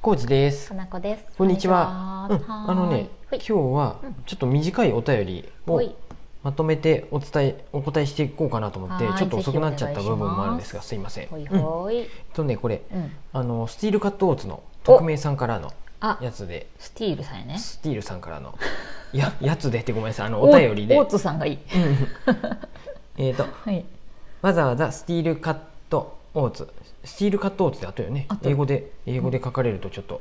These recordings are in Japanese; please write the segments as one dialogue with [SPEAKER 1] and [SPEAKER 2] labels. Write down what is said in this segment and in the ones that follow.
[SPEAKER 1] コーチです
[SPEAKER 2] か。なこです。
[SPEAKER 1] こんにちは。う
[SPEAKER 2] こ
[SPEAKER 1] んん
[SPEAKER 2] にちは
[SPEAKER 1] あのね、
[SPEAKER 2] はい
[SPEAKER 1] 今日は
[SPEAKER 2] うん
[SPEAKER 1] ちょっと短いお便りを
[SPEAKER 2] はい
[SPEAKER 1] まとめてお伝え、お答えしていこうかなと思って
[SPEAKER 2] は、い
[SPEAKER 1] ちょっと遅くなっちゃった
[SPEAKER 2] ぜひ
[SPEAKER 1] 部
[SPEAKER 2] お願いします
[SPEAKER 1] 分もあるんですが、すいません。
[SPEAKER 2] ほい
[SPEAKER 1] うんえ
[SPEAKER 2] ほい。
[SPEAKER 1] っとね、これ、
[SPEAKER 2] うん。
[SPEAKER 1] あのスティールカットオーツの匿名さんからの
[SPEAKER 2] あ、
[SPEAKER 1] やつで、
[SPEAKER 2] スティールさんやね。
[SPEAKER 1] スティールさんから の、いや、やつでってごめんな さい、あのお便りで
[SPEAKER 2] お。オーツさんがいい。
[SPEAKER 1] えっと、
[SPEAKER 2] はい。
[SPEAKER 1] わざわざスティールカットオーツスティールカットオーツってあったよね
[SPEAKER 2] 合ってる
[SPEAKER 1] 英語で英語で書かれるとちょっと、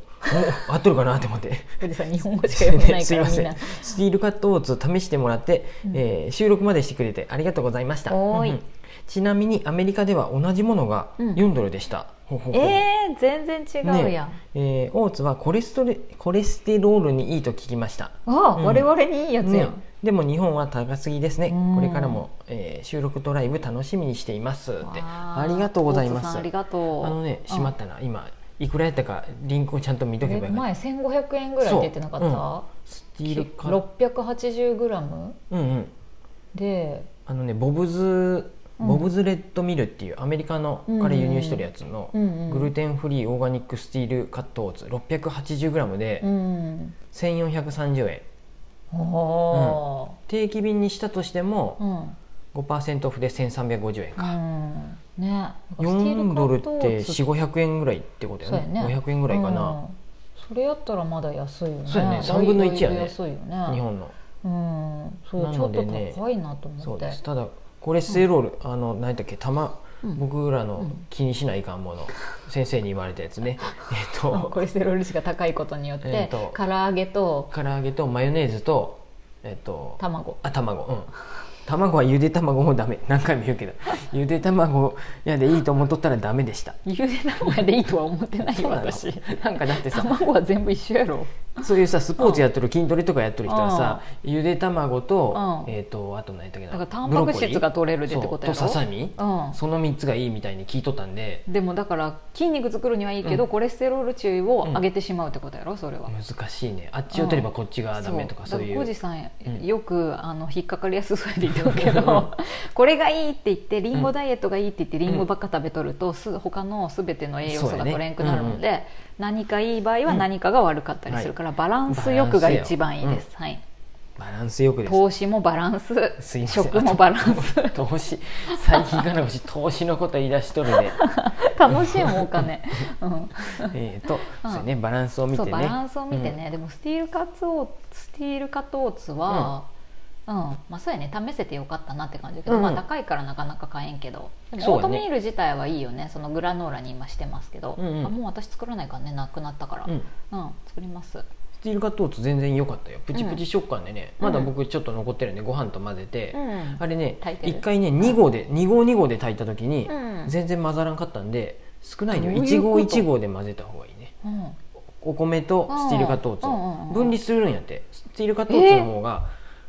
[SPEAKER 1] お合っとるかなって思って
[SPEAKER 2] これさ 日本語しか読めない
[SPEAKER 1] す
[SPEAKER 2] か
[SPEAKER 1] い
[SPEAKER 2] ら
[SPEAKER 1] ま
[SPEAKER 2] み
[SPEAKER 1] せ
[SPEAKER 2] ん
[SPEAKER 1] ん
[SPEAKER 2] な。
[SPEAKER 1] スティールカットオーツ試してもらって、
[SPEAKER 2] うん
[SPEAKER 1] えー収録までしてくれてありがとうございました
[SPEAKER 2] おーい
[SPEAKER 1] うんうんちなみにアメリカでは同じものが
[SPEAKER 2] うん
[SPEAKER 1] 4ドルでした、ほうほうほう
[SPEAKER 2] えー、全然違うやん。
[SPEAKER 1] ねえーオーツはコレステロコレステロールにいいと聞きました
[SPEAKER 2] ああ、
[SPEAKER 1] うん
[SPEAKER 2] 我々にいいやつや
[SPEAKER 1] ね
[SPEAKER 2] ん。、
[SPEAKER 1] でも日本は高すぎですね、
[SPEAKER 2] うん
[SPEAKER 1] これからも、えー収録とライブ楽しみにしていますって
[SPEAKER 2] わ
[SPEAKER 1] ありがとうございま
[SPEAKER 2] オーツ
[SPEAKER 1] す
[SPEAKER 2] さんありがとう。
[SPEAKER 1] あのね、しまったな、今いくらやったかリンクをちゃんと見とけばよ
[SPEAKER 2] え
[SPEAKER 1] かっ
[SPEAKER 2] 前千五百円ぐらい出てなか
[SPEAKER 1] そ
[SPEAKER 2] った
[SPEAKER 1] た。スチールカッ
[SPEAKER 2] 六百八十グラム
[SPEAKER 1] うんうん。
[SPEAKER 2] で、
[SPEAKER 1] あのね、ボブズ
[SPEAKER 2] うん
[SPEAKER 1] ボブズレッドミルっていうアメリカの
[SPEAKER 2] うんうん
[SPEAKER 1] から輸入してるやつの
[SPEAKER 2] うんうん
[SPEAKER 1] グルテンフリーオーガニックスティールカットオーツ 680g で
[SPEAKER 2] うん、
[SPEAKER 1] 1430円
[SPEAKER 2] おお
[SPEAKER 1] 定期便にしたとして
[SPEAKER 2] ー、
[SPEAKER 1] も
[SPEAKER 2] うん、
[SPEAKER 1] 5%オフで1350円か
[SPEAKER 2] うん、ね、
[SPEAKER 1] 4ドルって
[SPEAKER 2] 仕事
[SPEAKER 1] 4500円ぐらいってことよね
[SPEAKER 2] そうやね
[SPEAKER 1] 500円ぐらいかな、
[SPEAKER 2] それやったらまだ安いよね。
[SPEAKER 1] そうやね3分の1やね
[SPEAKER 2] だいぶ安いよね。
[SPEAKER 1] 日本の
[SPEAKER 2] うん、そう、
[SPEAKER 1] な
[SPEAKER 2] ちょ
[SPEAKER 1] の
[SPEAKER 2] っ
[SPEAKER 1] で
[SPEAKER 2] と
[SPEAKER 1] ね
[SPEAKER 2] 高いなと
[SPEAKER 1] そ
[SPEAKER 2] 思っ
[SPEAKER 1] う
[SPEAKER 2] て。
[SPEAKER 1] ですただコレステロール、あの何だっけ玉
[SPEAKER 2] うん
[SPEAKER 1] 僕らの
[SPEAKER 2] うん
[SPEAKER 1] 気にしないかんもの、先生に言われたやつ ねえっ
[SPEAKER 2] あ
[SPEAKER 1] と
[SPEAKER 2] コレステロール値が高いことによって、
[SPEAKER 1] えーと
[SPEAKER 2] 唐揚げと
[SPEAKER 1] 唐揚げとマヨネーズとえっと
[SPEAKER 2] 卵。
[SPEAKER 1] あ卵うん卵はゆで卵もダメ何回も言うけどゆで卵やでいいと思っとったらダメでした
[SPEAKER 2] ゆで卵でいいとは思ってないよ
[SPEAKER 1] そうなの
[SPEAKER 2] 私。
[SPEAKER 1] なんかだってさ
[SPEAKER 2] 卵は全部一緒やろ。
[SPEAKER 1] そういうさスポーツやってる筋トレとかやってる人はさゆで卵と、
[SPEAKER 2] うん
[SPEAKER 1] えっとあと何やったっけ
[SPEAKER 2] だか
[SPEAKER 1] な
[SPEAKER 2] らタンパク質が取れるでってことやろ。
[SPEAKER 1] そうとささみ、
[SPEAKER 2] うん。
[SPEAKER 1] その3つがいいみたいに聞いとったんで
[SPEAKER 2] でもだから筋肉作るにはいいけど、
[SPEAKER 1] うん
[SPEAKER 2] コレステロール値を上げてしまうってことやろそれは、
[SPEAKER 1] 難しいねあっちを取ればこっちがダメとかそうい
[SPEAKER 2] だらコージ
[SPEAKER 1] う
[SPEAKER 2] さん、
[SPEAKER 1] うん
[SPEAKER 2] よくあの引っかかりやすそうやで言ってるけど これがいいって言ってリンゴダイエットがいいって言ってリンゴばっか食べとると、す他のすべての栄養素が取れんくなるの
[SPEAKER 1] そう
[SPEAKER 2] で、何かいい場合は何かが悪かったりするから、バランス
[SPEAKER 1] バラン
[SPEAKER 2] よ
[SPEAKER 1] ス
[SPEAKER 2] くが
[SPEAKER 1] よ
[SPEAKER 2] 一番いいです、はい、
[SPEAKER 1] バランスよくです
[SPEAKER 2] 投資もバラン
[SPEAKER 1] す
[SPEAKER 2] ス
[SPEAKER 1] いません
[SPEAKER 2] 食もバラ ンス
[SPEAKER 1] あと投資最近からし投資のこと言い出しとる で
[SPEAKER 2] 楽しいもんお金、うん
[SPEAKER 1] えっと、
[SPEAKER 2] うん
[SPEAKER 1] そうねバランスを見て
[SPEAKER 2] そう
[SPEAKER 1] ね
[SPEAKER 2] バランスを見てね、でもスティールカツオスティールカトーツは、うんまあ、そうやね試せてよかったなって感じだけど、
[SPEAKER 1] うん
[SPEAKER 2] まあ、高いからなかなか買えんけどで
[SPEAKER 1] そう
[SPEAKER 2] も
[SPEAKER 1] や
[SPEAKER 2] オ
[SPEAKER 1] ね
[SPEAKER 2] ートミール自体はいいよねそのグラノーラに今してますけど、
[SPEAKER 1] うんうん
[SPEAKER 2] あもう私作らないからねなくなったから、
[SPEAKER 1] う、
[SPEAKER 2] うんん作ります
[SPEAKER 1] スチールカットーツ全然良かったよプチプチ食感でね、
[SPEAKER 2] うん
[SPEAKER 1] まだ僕ちょっと残ってるんでご飯と混ぜて、
[SPEAKER 2] ん
[SPEAKER 1] あれね
[SPEAKER 2] 炊いてる
[SPEAKER 1] 一回ね2合で2合2合で炊いた時に
[SPEAKER 2] うん
[SPEAKER 1] 全然混ざらんかったんで少ないのよ
[SPEAKER 2] どうい
[SPEAKER 1] 1
[SPEAKER 2] うこ
[SPEAKER 1] 合
[SPEAKER 2] と
[SPEAKER 1] 1合で混ぜた方がいいね
[SPEAKER 2] うん
[SPEAKER 1] お米とスチールカットーツ
[SPEAKER 2] うんうんうんう
[SPEAKER 1] を
[SPEAKER 2] ん
[SPEAKER 1] 分離するんやってスチールカットーツの方が、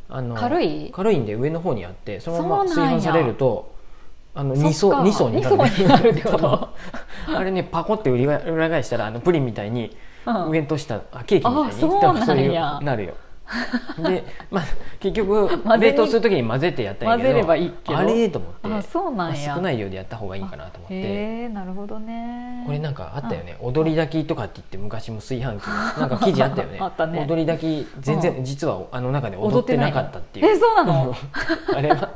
[SPEAKER 1] あの
[SPEAKER 2] 軽い
[SPEAKER 1] 軽いんで上の方にあってそのまま
[SPEAKER 2] そ
[SPEAKER 1] 炊
[SPEAKER 2] うなんや
[SPEAKER 1] 飯されるとあの
[SPEAKER 2] そっ
[SPEAKER 1] 2層
[SPEAKER 2] か
[SPEAKER 1] 二層になる,、ね、
[SPEAKER 2] 二層になるってこと
[SPEAKER 1] あれねパコって裏が裏返したらあのプリンみたいに
[SPEAKER 2] うん
[SPEAKER 1] 上にとしたあケーキみたいに
[SPEAKER 2] あそうなんや
[SPEAKER 1] いな るよで、まあ、結局
[SPEAKER 2] 混ぜ
[SPEAKER 1] 冷
[SPEAKER 2] に
[SPEAKER 1] 凍する時に混ぜてやったんやけど
[SPEAKER 2] 混ぜればいいけど
[SPEAKER 1] あれと思って
[SPEAKER 2] あそうなんや
[SPEAKER 1] まあ少ない量でやった方がいいかなと思っ
[SPEAKER 2] へ
[SPEAKER 1] て。
[SPEAKER 2] えなるほどね
[SPEAKER 1] これなんかあったよね踊り炊きとかって言って昔も炊飯器 なんか記事あったよね
[SPEAKER 2] あったね
[SPEAKER 1] 踊り炊き全
[SPEAKER 2] う
[SPEAKER 1] 然実はあの中で踊ってなかったっていう
[SPEAKER 2] 踊ってないのえそうなの
[SPEAKER 1] あれは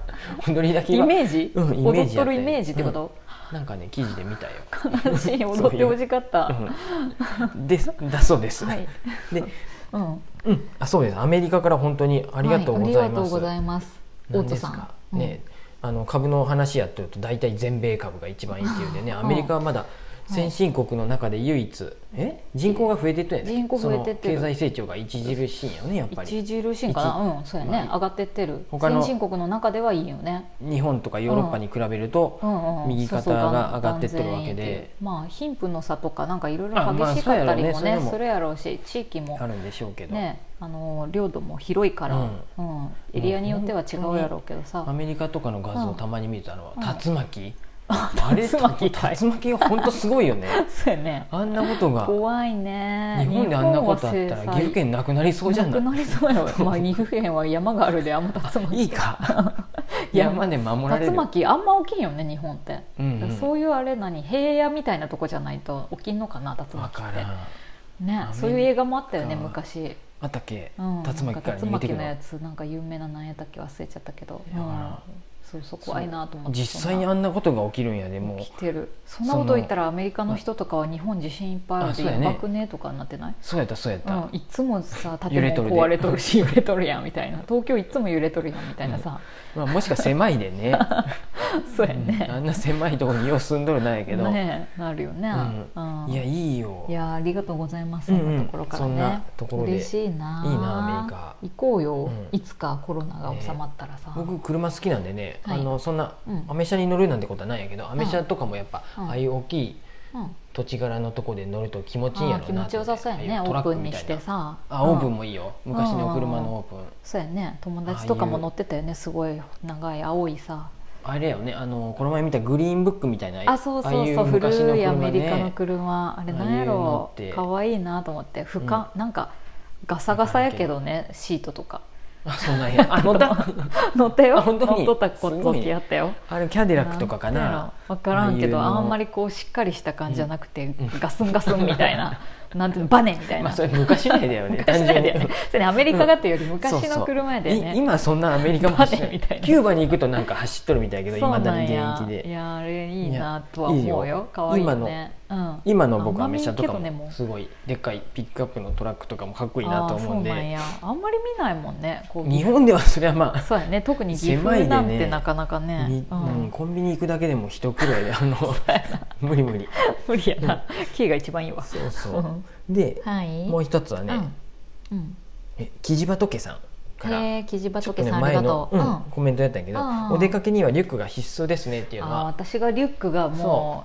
[SPEAKER 1] 踊り炊き
[SPEAKER 2] イ
[SPEAKER 1] は
[SPEAKER 2] メージ,、
[SPEAKER 1] うんイメージやった
[SPEAKER 2] 踊っとるイメージってこと、
[SPEAKER 1] なんかね記事で 見たよ
[SPEAKER 2] 悲しい踊ってほしかった
[SPEAKER 1] うんですだそうです、
[SPEAKER 2] はい、
[SPEAKER 1] で
[SPEAKER 2] うん
[SPEAKER 1] うん、あそうですアメリカから本当にありがとうご
[SPEAKER 2] は
[SPEAKER 1] ざ
[SPEAKER 2] あ
[SPEAKER 1] い
[SPEAKER 2] りがと
[SPEAKER 1] ま
[SPEAKER 2] う
[SPEAKER 1] す,、
[SPEAKER 2] ございます
[SPEAKER 1] な
[SPEAKER 2] 大
[SPEAKER 1] ん
[SPEAKER 2] 津
[SPEAKER 1] で
[SPEAKER 2] さ
[SPEAKER 1] す
[SPEAKER 2] ん
[SPEAKER 1] か、
[SPEAKER 2] うん
[SPEAKER 1] ねあの株の話やってると大体全米株が一番いいっていうんでね
[SPEAKER 2] うん
[SPEAKER 1] アメリカはまだ先進国の中で唯一、え人口が増えてったよね
[SPEAKER 2] 人口増えてってる
[SPEAKER 1] その経済成長が著しいんよねやっぱり
[SPEAKER 2] 著しいんかなうんそうやね、
[SPEAKER 1] まあ
[SPEAKER 2] 上がってってる
[SPEAKER 1] 他の
[SPEAKER 2] 先進国の中ではいいよね
[SPEAKER 1] 日本とかヨーロッパに比べると、
[SPEAKER 2] うんうん、
[SPEAKER 1] 右肩が上がってってるわけで
[SPEAKER 2] そうそう断然いいっていうまあ貧富の差とかなんかいろいろ
[SPEAKER 1] あまあ
[SPEAKER 2] 激しかったりも
[SPEAKER 1] そうや
[SPEAKER 2] ね,、
[SPEAKER 1] ろうね
[SPEAKER 2] するやろうし地域も
[SPEAKER 1] あるんでしょうけど、
[SPEAKER 2] ねあの領土も広いから、うんエリアによっては違うやろうけど
[SPEAKER 1] ア
[SPEAKER 2] さ、
[SPEAKER 1] メリカとかの画像
[SPEAKER 2] う
[SPEAKER 1] を
[SPEAKER 2] ん
[SPEAKER 1] たまに見るとあの
[SPEAKER 2] うん
[SPEAKER 1] 竜巻、あれ
[SPEAKER 2] 竜巻かい
[SPEAKER 1] 竜巻が本当すごいよね
[SPEAKER 2] そうやね
[SPEAKER 1] あんなことが
[SPEAKER 2] 怖いね
[SPEAKER 1] 日本であんなことあったら岐阜県なくなりそうじゃない
[SPEAKER 2] なくなりそうやわ、まあ、岐阜県は山があるであんま竜巻
[SPEAKER 1] いいか
[SPEAKER 2] いや
[SPEAKER 1] 山で守られ
[SPEAKER 2] 竜
[SPEAKER 1] る
[SPEAKER 2] 巻あんま起きんよね日本って、
[SPEAKER 1] うんうん
[SPEAKER 2] そういうあれ何平野みたいなとこじゃないと起きんのかな竜
[SPEAKER 1] わ
[SPEAKER 2] 巻
[SPEAKER 1] か
[SPEAKER 2] っ
[SPEAKER 1] ら
[SPEAKER 2] て
[SPEAKER 1] ん
[SPEAKER 2] ね
[SPEAKER 1] メ
[SPEAKER 2] そういう映画もあったよね
[SPEAKER 1] か
[SPEAKER 2] 昔、
[SPEAKER 1] あったっけ、
[SPEAKER 2] うん、
[SPEAKER 1] 竜
[SPEAKER 2] なん
[SPEAKER 1] 巻か
[SPEAKER 2] から竜
[SPEAKER 1] 逃げて
[SPEAKER 2] 巻
[SPEAKER 1] く
[SPEAKER 2] の
[SPEAKER 1] の
[SPEAKER 2] やつなんか有名な何やったっけ忘れちゃったけど、
[SPEAKER 1] いやだから
[SPEAKER 2] うん、そうそう怖いなと思って
[SPEAKER 1] 実際にあんなことが起きるんやでもう
[SPEAKER 2] 来てるそんなこと言ったらアメリカの人とかは日本地震いっぱいある
[SPEAKER 1] あそ
[SPEAKER 2] で
[SPEAKER 1] うや
[SPEAKER 2] や
[SPEAKER 1] ね
[SPEAKER 2] ばくねとかになってない
[SPEAKER 1] そうやったそうやった、
[SPEAKER 2] うん、いつもさ
[SPEAKER 1] 揺
[SPEAKER 2] 建
[SPEAKER 1] れ
[SPEAKER 2] 物
[SPEAKER 1] とるで
[SPEAKER 2] 壊れとるし揺れとるやんみたいな東京いつも揺れとるやんみたいなさ、
[SPEAKER 1] まあ、もしか狭いでね
[SPEAKER 2] そうや
[SPEAKER 1] うんあ
[SPEAKER 2] ね、
[SPEAKER 1] んな狭いとこによう住んどるなんやけど、
[SPEAKER 2] ねなるよね、
[SPEAKER 1] うんいや
[SPEAKER 2] い
[SPEAKER 1] いいよ
[SPEAKER 2] やありがとうございます、
[SPEAKER 1] うん
[SPEAKER 2] そんなところから
[SPEAKER 1] そ
[SPEAKER 2] ね
[SPEAKER 1] んなところで
[SPEAKER 2] 嬉しいないい
[SPEAKER 1] いなアメリカ
[SPEAKER 2] 行こうよ、
[SPEAKER 1] うん
[SPEAKER 2] いつかコロナが収まったらさ、
[SPEAKER 1] 僕車好きなんでね、
[SPEAKER 2] はい
[SPEAKER 1] あのそんな
[SPEAKER 2] うん
[SPEAKER 1] アメ車に乗るなんてことはないんやけどアメ車とかもやっぱ、
[SPEAKER 2] うん
[SPEAKER 1] ああいう大きい
[SPEAKER 2] うん
[SPEAKER 1] 土地柄のとこで乗ると気持ちいいんや
[SPEAKER 2] あ
[SPEAKER 1] ろ
[SPEAKER 2] ー
[SPEAKER 1] う
[SPEAKER 2] 気
[SPEAKER 1] な
[SPEAKER 2] 持ちよさそうやね
[SPEAKER 1] ああいう
[SPEAKER 2] オ
[SPEAKER 1] トラ
[SPEAKER 2] ー
[SPEAKER 1] ック
[SPEAKER 2] プンにして
[SPEAKER 1] みたいな
[SPEAKER 2] さ
[SPEAKER 1] あオープン
[SPEAKER 2] うん
[SPEAKER 1] もいいよ昔の車のオープン
[SPEAKER 2] そうやね友達とかも乗ってたよねすごい長い青いさ
[SPEAKER 1] あれやよねあのこの前見たグリーンブックみたいな
[SPEAKER 2] あそうそうそう、古いアメリカの車あれなん
[SPEAKER 1] ああい
[SPEAKER 2] やろ
[SPEAKER 1] うのって
[SPEAKER 2] かわいいなと思って俯瞰、なんかガサガサやけどねシートとか
[SPEAKER 1] あそうなん やあ乗った
[SPEAKER 2] 乗ったよ
[SPEAKER 1] あ本当に
[SPEAKER 2] 乗っとったこ
[SPEAKER 1] すごいね
[SPEAKER 2] 時あったよ
[SPEAKER 1] あれキャデラックとかかな
[SPEAKER 2] 分からんけど
[SPEAKER 1] ああいうの
[SPEAKER 2] あんまりこうしっかりした感じじゃなくて、
[SPEAKER 1] ん
[SPEAKER 2] ガスンガスンみた いななんていうのバネみたいな、
[SPEAKER 1] まあそれ昔のやだよね
[SPEAKER 2] 昔のやで
[SPEAKER 1] 単純
[SPEAKER 2] ね
[SPEAKER 1] に
[SPEAKER 2] それねアメリカがっていうより昔の車やでね、
[SPEAKER 1] そうそうい今そんなアメリカも走って
[SPEAKER 2] バネみたいな
[SPEAKER 1] キューバに行くとなんか走っとるみたいやけどい
[SPEAKER 2] そう
[SPEAKER 1] ま
[SPEAKER 2] な
[SPEAKER 1] だ
[SPEAKER 2] ん
[SPEAKER 1] に現
[SPEAKER 2] や
[SPEAKER 1] 役
[SPEAKER 2] い
[SPEAKER 1] で
[SPEAKER 2] やあれいいなとは思うよ
[SPEAKER 1] いやいいよ
[SPEAKER 2] 可愛いよねうん
[SPEAKER 1] 今の僕
[SPEAKER 2] あ
[SPEAKER 1] ア
[SPEAKER 2] ん
[SPEAKER 1] メ
[SPEAKER 2] まり
[SPEAKER 1] 車とか
[SPEAKER 2] けどねも
[SPEAKER 1] も
[SPEAKER 2] う
[SPEAKER 1] すごいでっかいピックアップのトラックとかもかっこいいなと思うん
[SPEAKER 2] あーそうなん
[SPEAKER 1] で
[SPEAKER 2] やあんまり見ないもんねこう
[SPEAKER 1] 日本ではそりゃまあ
[SPEAKER 2] そうやね特に岐
[SPEAKER 1] 狭いで
[SPEAKER 2] 阜
[SPEAKER 1] ね
[SPEAKER 2] なんてなかなかね
[SPEAKER 1] に
[SPEAKER 2] うん
[SPEAKER 1] うんコンビニ行くだけでも一苦労であ の無理無理
[SPEAKER 2] 無理やなキーが一番いいわ
[SPEAKER 1] そうそ
[SPEAKER 2] うん
[SPEAKER 1] うで
[SPEAKER 2] はい
[SPEAKER 1] もう一つはね
[SPEAKER 2] うんうん
[SPEAKER 1] えキジバトケさんから
[SPEAKER 2] へえキジバ
[SPEAKER 1] ちょ
[SPEAKER 2] ト
[SPEAKER 1] っと
[SPEAKER 2] ケ
[SPEAKER 1] ね
[SPEAKER 2] さんあり
[SPEAKER 1] 前
[SPEAKER 2] がと
[SPEAKER 1] の
[SPEAKER 2] う、うん
[SPEAKER 1] うんコメントやったんやけど
[SPEAKER 2] うん
[SPEAKER 1] お出かけにはリュックが必須ですねっていうの
[SPEAKER 2] あー
[SPEAKER 1] は
[SPEAKER 2] 私がリュックがも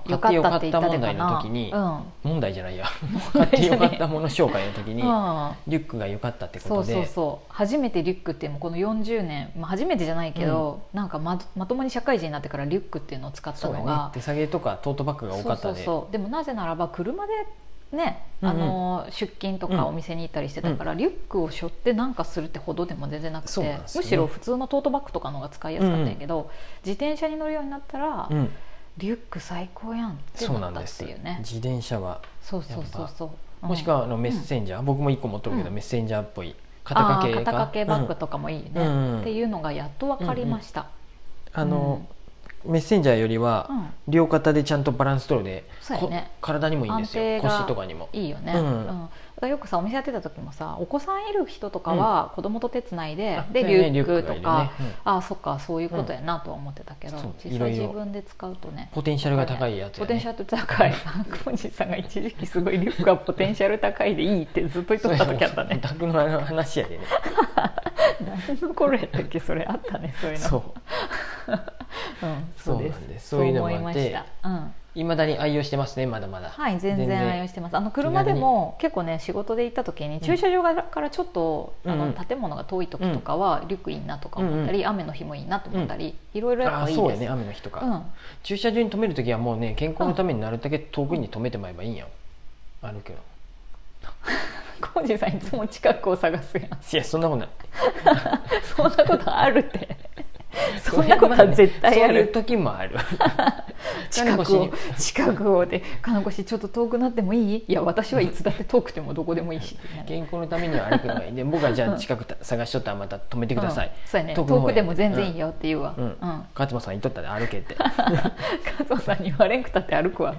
[SPEAKER 1] そう
[SPEAKER 2] う良かったって言ったでかな
[SPEAKER 1] 買ってよ
[SPEAKER 2] う
[SPEAKER 1] か
[SPEAKER 2] ん
[SPEAKER 1] っ問題じゃない や買ってよかったもの紹介の時に
[SPEAKER 2] うん
[SPEAKER 1] リュックが良かったってこ
[SPEAKER 2] そ
[SPEAKER 1] と
[SPEAKER 2] うそう
[SPEAKER 1] で
[SPEAKER 2] そう初めてリュックっていうのもこの40年、まあ、初めてじゃないけど、なんかままともに社会人になってからリュックっていうのを使った
[SPEAKER 1] そうや
[SPEAKER 2] の
[SPEAKER 1] ね
[SPEAKER 2] が
[SPEAKER 1] 手提げとかトートバッグが多かった
[SPEAKER 2] そうそう
[SPEAKER 1] で
[SPEAKER 2] そうでもなぜならば車でね、
[SPEAKER 1] うんうん
[SPEAKER 2] あの出勤と
[SPEAKER 1] うん
[SPEAKER 2] かお店に行ったりしてたから、リュックを背負ってなんかするってほどでも全然なくて
[SPEAKER 1] そうなんですよ
[SPEAKER 2] む
[SPEAKER 1] ね
[SPEAKER 2] しろ普通のトートバッグとかの方が使いやすかったんやけど、自転車に乗るようになったら、
[SPEAKER 1] うん
[SPEAKER 2] リュック最高やんって
[SPEAKER 1] そうな
[SPEAKER 2] なっ
[SPEAKER 1] ん
[SPEAKER 2] た
[SPEAKER 1] で
[SPEAKER 2] っ
[SPEAKER 1] す
[SPEAKER 2] ていうね
[SPEAKER 1] 自転車は
[SPEAKER 2] そうそうそうそう、うん
[SPEAKER 1] もしくはあのメッセンジャー僕も一個持っとるけど
[SPEAKER 2] うん
[SPEAKER 1] メッセンジャーっぽい肩
[SPEAKER 2] あ
[SPEAKER 1] 掛
[SPEAKER 2] ー
[SPEAKER 1] け
[SPEAKER 2] 肩掛けバッグ
[SPEAKER 1] うん
[SPEAKER 2] とかもいいね、
[SPEAKER 1] うんうん
[SPEAKER 2] っていうのがやっと分かりました、
[SPEAKER 1] あのメッセンジャーより
[SPEAKER 2] うん
[SPEAKER 1] は両肩でちゃんとバランス取るで
[SPEAKER 2] そうや
[SPEAKER 1] こ
[SPEAKER 2] ね
[SPEAKER 1] 体にもいいんですよ
[SPEAKER 2] 安定が
[SPEAKER 1] 腰とかにも
[SPEAKER 2] いいよね、
[SPEAKER 1] う
[SPEAKER 2] うんんだからよくさお店やってた時もさお子さんいる人とかは子供と手つないで、
[SPEAKER 1] あ
[SPEAKER 2] で
[SPEAKER 1] そうやね
[SPEAKER 2] リュック
[SPEAKER 1] が
[SPEAKER 2] と
[SPEAKER 1] いるね
[SPEAKER 2] か、
[SPEAKER 1] うん
[SPEAKER 2] ああそっかそういうことやなとは思ってたけど、
[SPEAKER 1] うんそう
[SPEAKER 2] 実
[SPEAKER 1] いろ
[SPEAKER 2] 際
[SPEAKER 1] いろ
[SPEAKER 2] 自分で使うとね
[SPEAKER 1] ポテンシャルが高いやつ
[SPEAKER 2] ポ
[SPEAKER 1] や
[SPEAKER 2] テン
[SPEAKER 1] ね
[SPEAKER 2] シャル高い久保さんが一時期すごいリュックはポテンシャル高いでいいってずっと言っとった時あったね
[SPEAKER 1] そうやお宅のあの話やでね
[SPEAKER 2] 何の頃やったっけそれあったねそういうの
[SPEAKER 1] そう
[SPEAKER 2] うん、そうです
[SPEAKER 1] そうなんですそういうのもあって
[SPEAKER 2] そう思いましたうん
[SPEAKER 1] いまだに愛用してますねまだまだ
[SPEAKER 2] はい全然愛用してますあの車でも結構ね仕事で行った時に駐車場からちょっと、あ
[SPEAKER 1] うん
[SPEAKER 2] の建物が遠い時とかはリュックいいなとか思ったり、雨の日もいいなと思ったり、いろいろやっ
[SPEAKER 1] あ
[SPEAKER 2] ぱ
[SPEAKER 1] あ
[SPEAKER 2] いい
[SPEAKER 1] そう
[SPEAKER 2] で
[SPEAKER 1] や
[SPEAKER 2] す
[SPEAKER 1] ね雨の日とか、
[SPEAKER 2] うん、
[SPEAKER 1] 駐車場に止めるときはもうね健康のためになるだけ遠くに止めてまえばいいんやん歩くの
[SPEAKER 2] コージさんいつも近くを探すやん
[SPEAKER 1] いやそんなことない
[SPEAKER 2] そんなことあ るってそんなことは絶対あ
[SPEAKER 1] そういう
[SPEAKER 2] る
[SPEAKER 1] 時もあ る
[SPEAKER 2] 近く
[SPEAKER 1] 金
[SPEAKER 2] を
[SPEAKER 1] 越し
[SPEAKER 2] 近くをで金越しちょっと遠くなってもいいいや私はいつだって遠くてもどこでもいい し
[SPEAKER 1] に健康のためには歩くのがいいね僕はじゃあ近くた探しとったらまた止めてください、
[SPEAKER 2] うんそうやね
[SPEAKER 1] 遠
[SPEAKER 2] 遠
[SPEAKER 1] くの方へ
[SPEAKER 2] くでも全然いいよって言うわ、
[SPEAKER 1] うん
[SPEAKER 2] うん
[SPEAKER 1] 勝間さん言っとったで歩けって
[SPEAKER 2] 加藤さんに言われんくたって歩くわ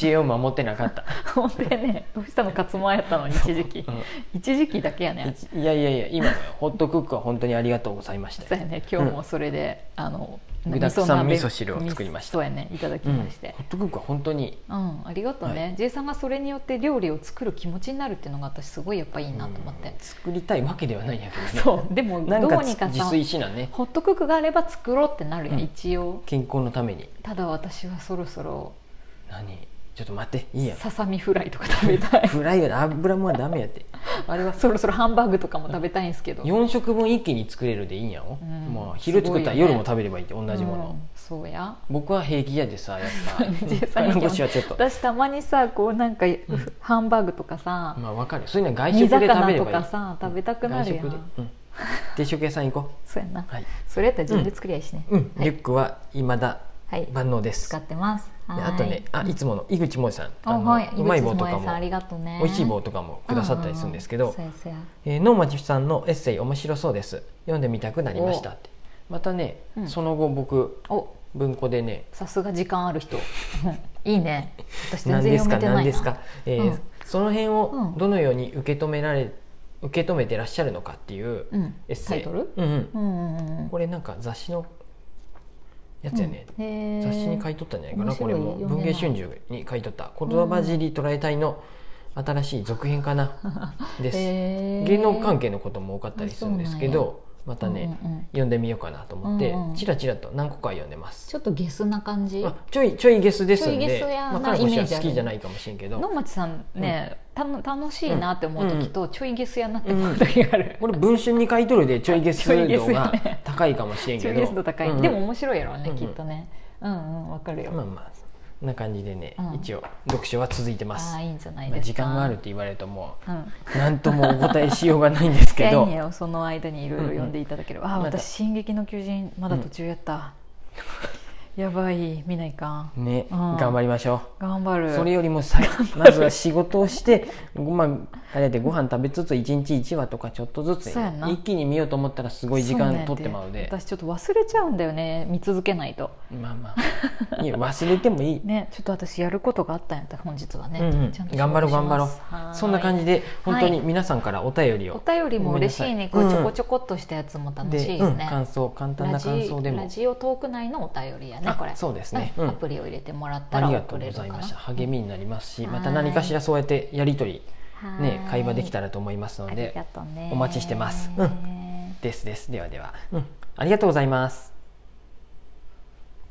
[SPEAKER 1] 教えを守ってなかった
[SPEAKER 2] 本当やねどうしたの勝間やったのに一時期、
[SPEAKER 1] うん
[SPEAKER 2] 一時期だけやね
[SPEAKER 1] いやいやいや今のよホットクックは本当にありがとうございました
[SPEAKER 2] そうやね今日もそれで、あの
[SPEAKER 1] 具沢山
[SPEAKER 2] 鍋
[SPEAKER 1] 味噌汁を作りました
[SPEAKER 2] そうやねいただき
[SPEAKER 1] うん
[SPEAKER 2] まして
[SPEAKER 1] ホ、ットクックは本当に
[SPEAKER 2] うんありがとうね、
[SPEAKER 1] は
[SPEAKER 2] J さんがそれによって料理を作る気持ちになるっていうのが私すごいやっぱいいなと思って
[SPEAKER 1] うん、作りたいわけではないんやけどね
[SPEAKER 2] そうでも
[SPEAKER 1] なん
[SPEAKER 2] ど
[SPEAKER 1] か
[SPEAKER 2] うにか
[SPEAKER 1] 自
[SPEAKER 2] さ
[SPEAKER 1] 炊しなね
[SPEAKER 2] ホットクックがあれば作ろうってなるやん、
[SPEAKER 1] うん
[SPEAKER 2] 一応
[SPEAKER 1] 健康のために
[SPEAKER 2] ただ私はそろそろ
[SPEAKER 1] 何ちょっと待っていいやん
[SPEAKER 2] ささみフライとか食べた い
[SPEAKER 1] フライは油もんはダメやってあれは
[SPEAKER 2] そろそろハンバーグとかも食べたいんですけど
[SPEAKER 1] 4食分一気に作れるでいいんやろ、
[SPEAKER 2] うん
[SPEAKER 1] まあ、昼作ったら
[SPEAKER 2] すごいよ
[SPEAKER 1] 夜
[SPEAKER 2] ね
[SPEAKER 1] も食べればいいって同じもの、
[SPEAKER 2] うんそうや
[SPEAKER 1] 僕は平気やでさやっぱ
[SPEAKER 2] 13
[SPEAKER 1] 看護師はちょっと
[SPEAKER 2] 私たまにさこうなんか、ハンバーグとかさ、
[SPEAKER 1] まあわかるそういうのは外
[SPEAKER 2] 煮
[SPEAKER 1] 食で食べ
[SPEAKER 2] 魚
[SPEAKER 1] れ
[SPEAKER 2] と
[SPEAKER 1] ばい
[SPEAKER 2] か
[SPEAKER 1] い
[SPEAKER 2] さ食べたくなるやん
[SPEAKER 1] 外食で、 うん、定食屋さん行こ
[SPEAKER 2] そうやな、
[SPEAKER 1] うはい、
[SPEAKER 2] それやったら自分で作りゃいいしね、
[SPEAKER 1] うん
[SPEAKER 2] は
[SPEAKER 1] リ
[SPEAKER 2] い
[SPEAKER 1] ュックはいまだ
[SPEAKER 2] はい
[SPEAKER 1] 万能です、
[SPEAKER 2] 使ってます
[SPEAKER 1] であとねあいつもの井口萌さん
[SPEAKER 2] あ
[SPEAKER 1] あの
[SPEAKER 2] はい、
[SPEAKER 1] うまい棒とか
[SPEAKER 2] 井口萌さんあり
[SPEAKER 1] も
[SPEAKER 2] がとうね
[SPEAKER 1] おいしい棒とかもくださったりするんですけど、
[SPEAKER 2] うううそうや
[SPEAKER 1] えー能町さんのエッセイ面白そうです読んでみたくなりましたってまたね、
[SPEAKER 2] うん
[SPEAKER 1] その後僕
[SPEAKER 2] そうやお
[SPEAKER 1] 文庫でね
[SPEAKER 2] さすが時間ある人 いいね私全
[SPEAKER 1] 何
[SPEAKER 2] 然
[SPEAKER 1] です
[SPEAKER 2] 読
[SPEAKER 1] か
[SPEAKER 2] めてないな
[SPEAKER 1] 何ですか、えー
[SPEAKER 2] うん
[SPEAKER 1] その辺を
[SPEAKER 2] うん
[SPEAKER 1] どのように受け止められ受け止めてらっしゃるのかっていう
[SPEAKER 2] うん、
[SPEAKER 1] エッセイ
[SPEAKER 2] タイトル
[SPEAKER 1] うんうん
[SPEAKER 2] うんうんうんうん
[SPEAKER 1] これなんか雑誌のやつやね、
[SPEAKER 2] へー
[SPEAKER 1] 雑誌に書いとったんじゃないかな
[SPEAKER 2] 面
[SPEAKER 1] こ
[SPEAKER 2] 白い
[SPEAKER 1] れも
[SPEAKER 2] 読ん
[SPEAKER 1] 文藝
[SPEAKER 2] でない
[SPEAKER 1] 春秋に書いとった「言葉尻捉え隊」の新しい続編か なです、
[SPEAKER 2] へー
[SPEAKER 1] 芸能関係のことも多かったりするんですけ
[SPEAKER 2] あ
[SPEAKER 1] どまたね、
[SPEAKER 2] うんうんうん
[SPEAKER 1] 読んでみようかなと思って、
[SPEAKER 2] うんうん
[SPEAKER 1] チラチラと何個か読んでます
[SPEAKER 2] ちょっとゲスな感じ
[SPEAKER 1] あちょいちょいゲスですん
[SPEAKER 2] ちょいゲ
[SPEAKER 1] で
[SPEAKER 2] スやな
[SPEAKER 1] まあ、彼氏
[SPEAKER 2] イメ
[SPEAKER 1] は
[SPEAKER 2] ージあ
[SPEAKER 1] 好
[SPEAKER 2] る
[SPEAKER 1] きじゃないかもしれんけど
[SPEAKER 2] 野町さんね、たの楽しいなって思う時と、ちょいゲスやなって
[SPEAKER 1] うん
[SPEAKER 2] 思う時がある、
[SPEAKER 1] これ文春に書いとるでちょいゲス
[SPEAKER 2] ちょいゲス
[SPEAKER 1] 度
[SPEAKER 2] よ
[SPEAKER 1] が
[SPEAKER 2] ね
[SPEAKER 1] 高いかもしれん
[SPEAKER 2] ち
[SPEAKER 1] け
[SPEAKER 2] ょい
[SPEAKER 1] ど
[SPEAKER 2] ゲス度高い、
[SPEAKER 1] うんうん
[SPEAKER 2] でも面白いやろうね、
[SPEAKER 1] うんうん
[SPEAKER 2] きっとねうんうんわかるよ、
[SPEAKER 1] まあまあそんな感じでね、
[SPEAKER 2] うん
[SPEAKER 1] 一応読書は続いてます
[SPEAKER 2] ああいいんじゃない
[SPEAKER 1] まあ
[SPEAKER 2] です
[SPEAKER 1] 時
[SPEAKER 2] か、
[SPEAKER 1] 間があるって言われるとも
[SPEAKER 2] うん
[SPEAKER 1] う何ともお答えしようがないんです
[SPEAKER 2] い
[SPEAKER 1] け
[SPEAKER 2] やいい
[SPEAKER 1] ど
[SPEAKER 2] んやよその間にいろいろ読んでいただければ、
[SPEAKER 1] うん
[SPEAKER 2] あ
[SPEAKER 1] また
[SPEAKER 2] 私「進撃の巨人」まだ途中やった、やばい見ないかん
[SPEAKER 1] ね、
[SPEAKER 2] うん
[SPEAKER 1] 頑張りましょ
[SPEAKER 2] 頑張
[SPEAKER 1] う
[SPEAKER 2] る
[SPEAKER 1] それよりもさまずは仕事をして、まあ、あれやってご飯食べつつ1日1話とかちょっとずつ
[SPEAKER 2] そうやんな
[SPEAKER 1] 一気に見ようと思ったらすごい時
[SPEAKER 2] そうね
[SPEAKER 1] 間取ってまうで
[SPEAKER 2] 私ちょっと忘れちゃうんだよね見続けないと
[SPEAKER 1] まあまあいいよ忘れてもいい、
[SPEAKER 2] ねちょっと私やることがあったんやった本日はね、
[SPEAKER 1] うんうん
[SPEAKER 2] ちゃんと
[SPEAKER 1] 頑張ろう頑張ろうそんな感
[SPEAKER 2] じ
[SPEAKER 1] じで本当に皆さんからお便りを、
[SPEAKER 2] お便りも嬉しいね
[SPEAKER 1] ごめ
[SPEAKER 2] こ
[SPEAKER 1] ん
[SPEAKER 2] う
[SPEAKER 1] な
[SPEAKER 2] ち
[SPEAKER 1] さい
[SPEAKER 2] ょこちょこっとしたやつも楽し
[SPEAKER 1] で、
[SPEAKER 2] いで
[SPEAKER 1] う
[SPEAKER 2] す
[SPEAKER 1] ん、
[SPEAKER 2] ね、
[SPEAKER 1] 感想簡単
[SPEAKER 2] ラ
[SPEAKER 1] な
[SPEAKER 2] ジ
[SPEAKER 1] 感想で
[SPEAKER 2] ラ
[SPEAKER 1] も
[SPEAKER 2] ジオトーク内のお便りやね
[SPEAKER 1] あ
[SPEAKER 2] これ
[SPEAKER 1] そうですね
[SPEAKER 2] うん
[SPEAKER 1] うん
[SPEAKER 2] アプリを入れてもらった
[SPEAKER 1] あ
[SPEAKER 2] ら
[SPEAKER 1] りがと
[SPEAKER 2] 送
[SPEAKER 1] う
[SPEAKER 2] れ
[SPEAKER 1] ござ
[SPEAKER 2] るのか
[SPEAKER 1] い
[SPEAKER 2] な
[SPEAKER 1] ました励みになりますし
[SPEAKER 2] はい
[SPEAKER 1] また何かしらそうやってやり取りね
[SPEAKER 2] はい
[SPEAKER 1] 会話できたらと思いますの
[SPEAKER 2] あり
[SPEAKER 1] で
[SPEAKER 2] がとうね
[SPEAKER 1] お待ちしてますう
[SPEAKER 2] うん
[SPEAKER 1] ですですではでは、うん、ありがとうございます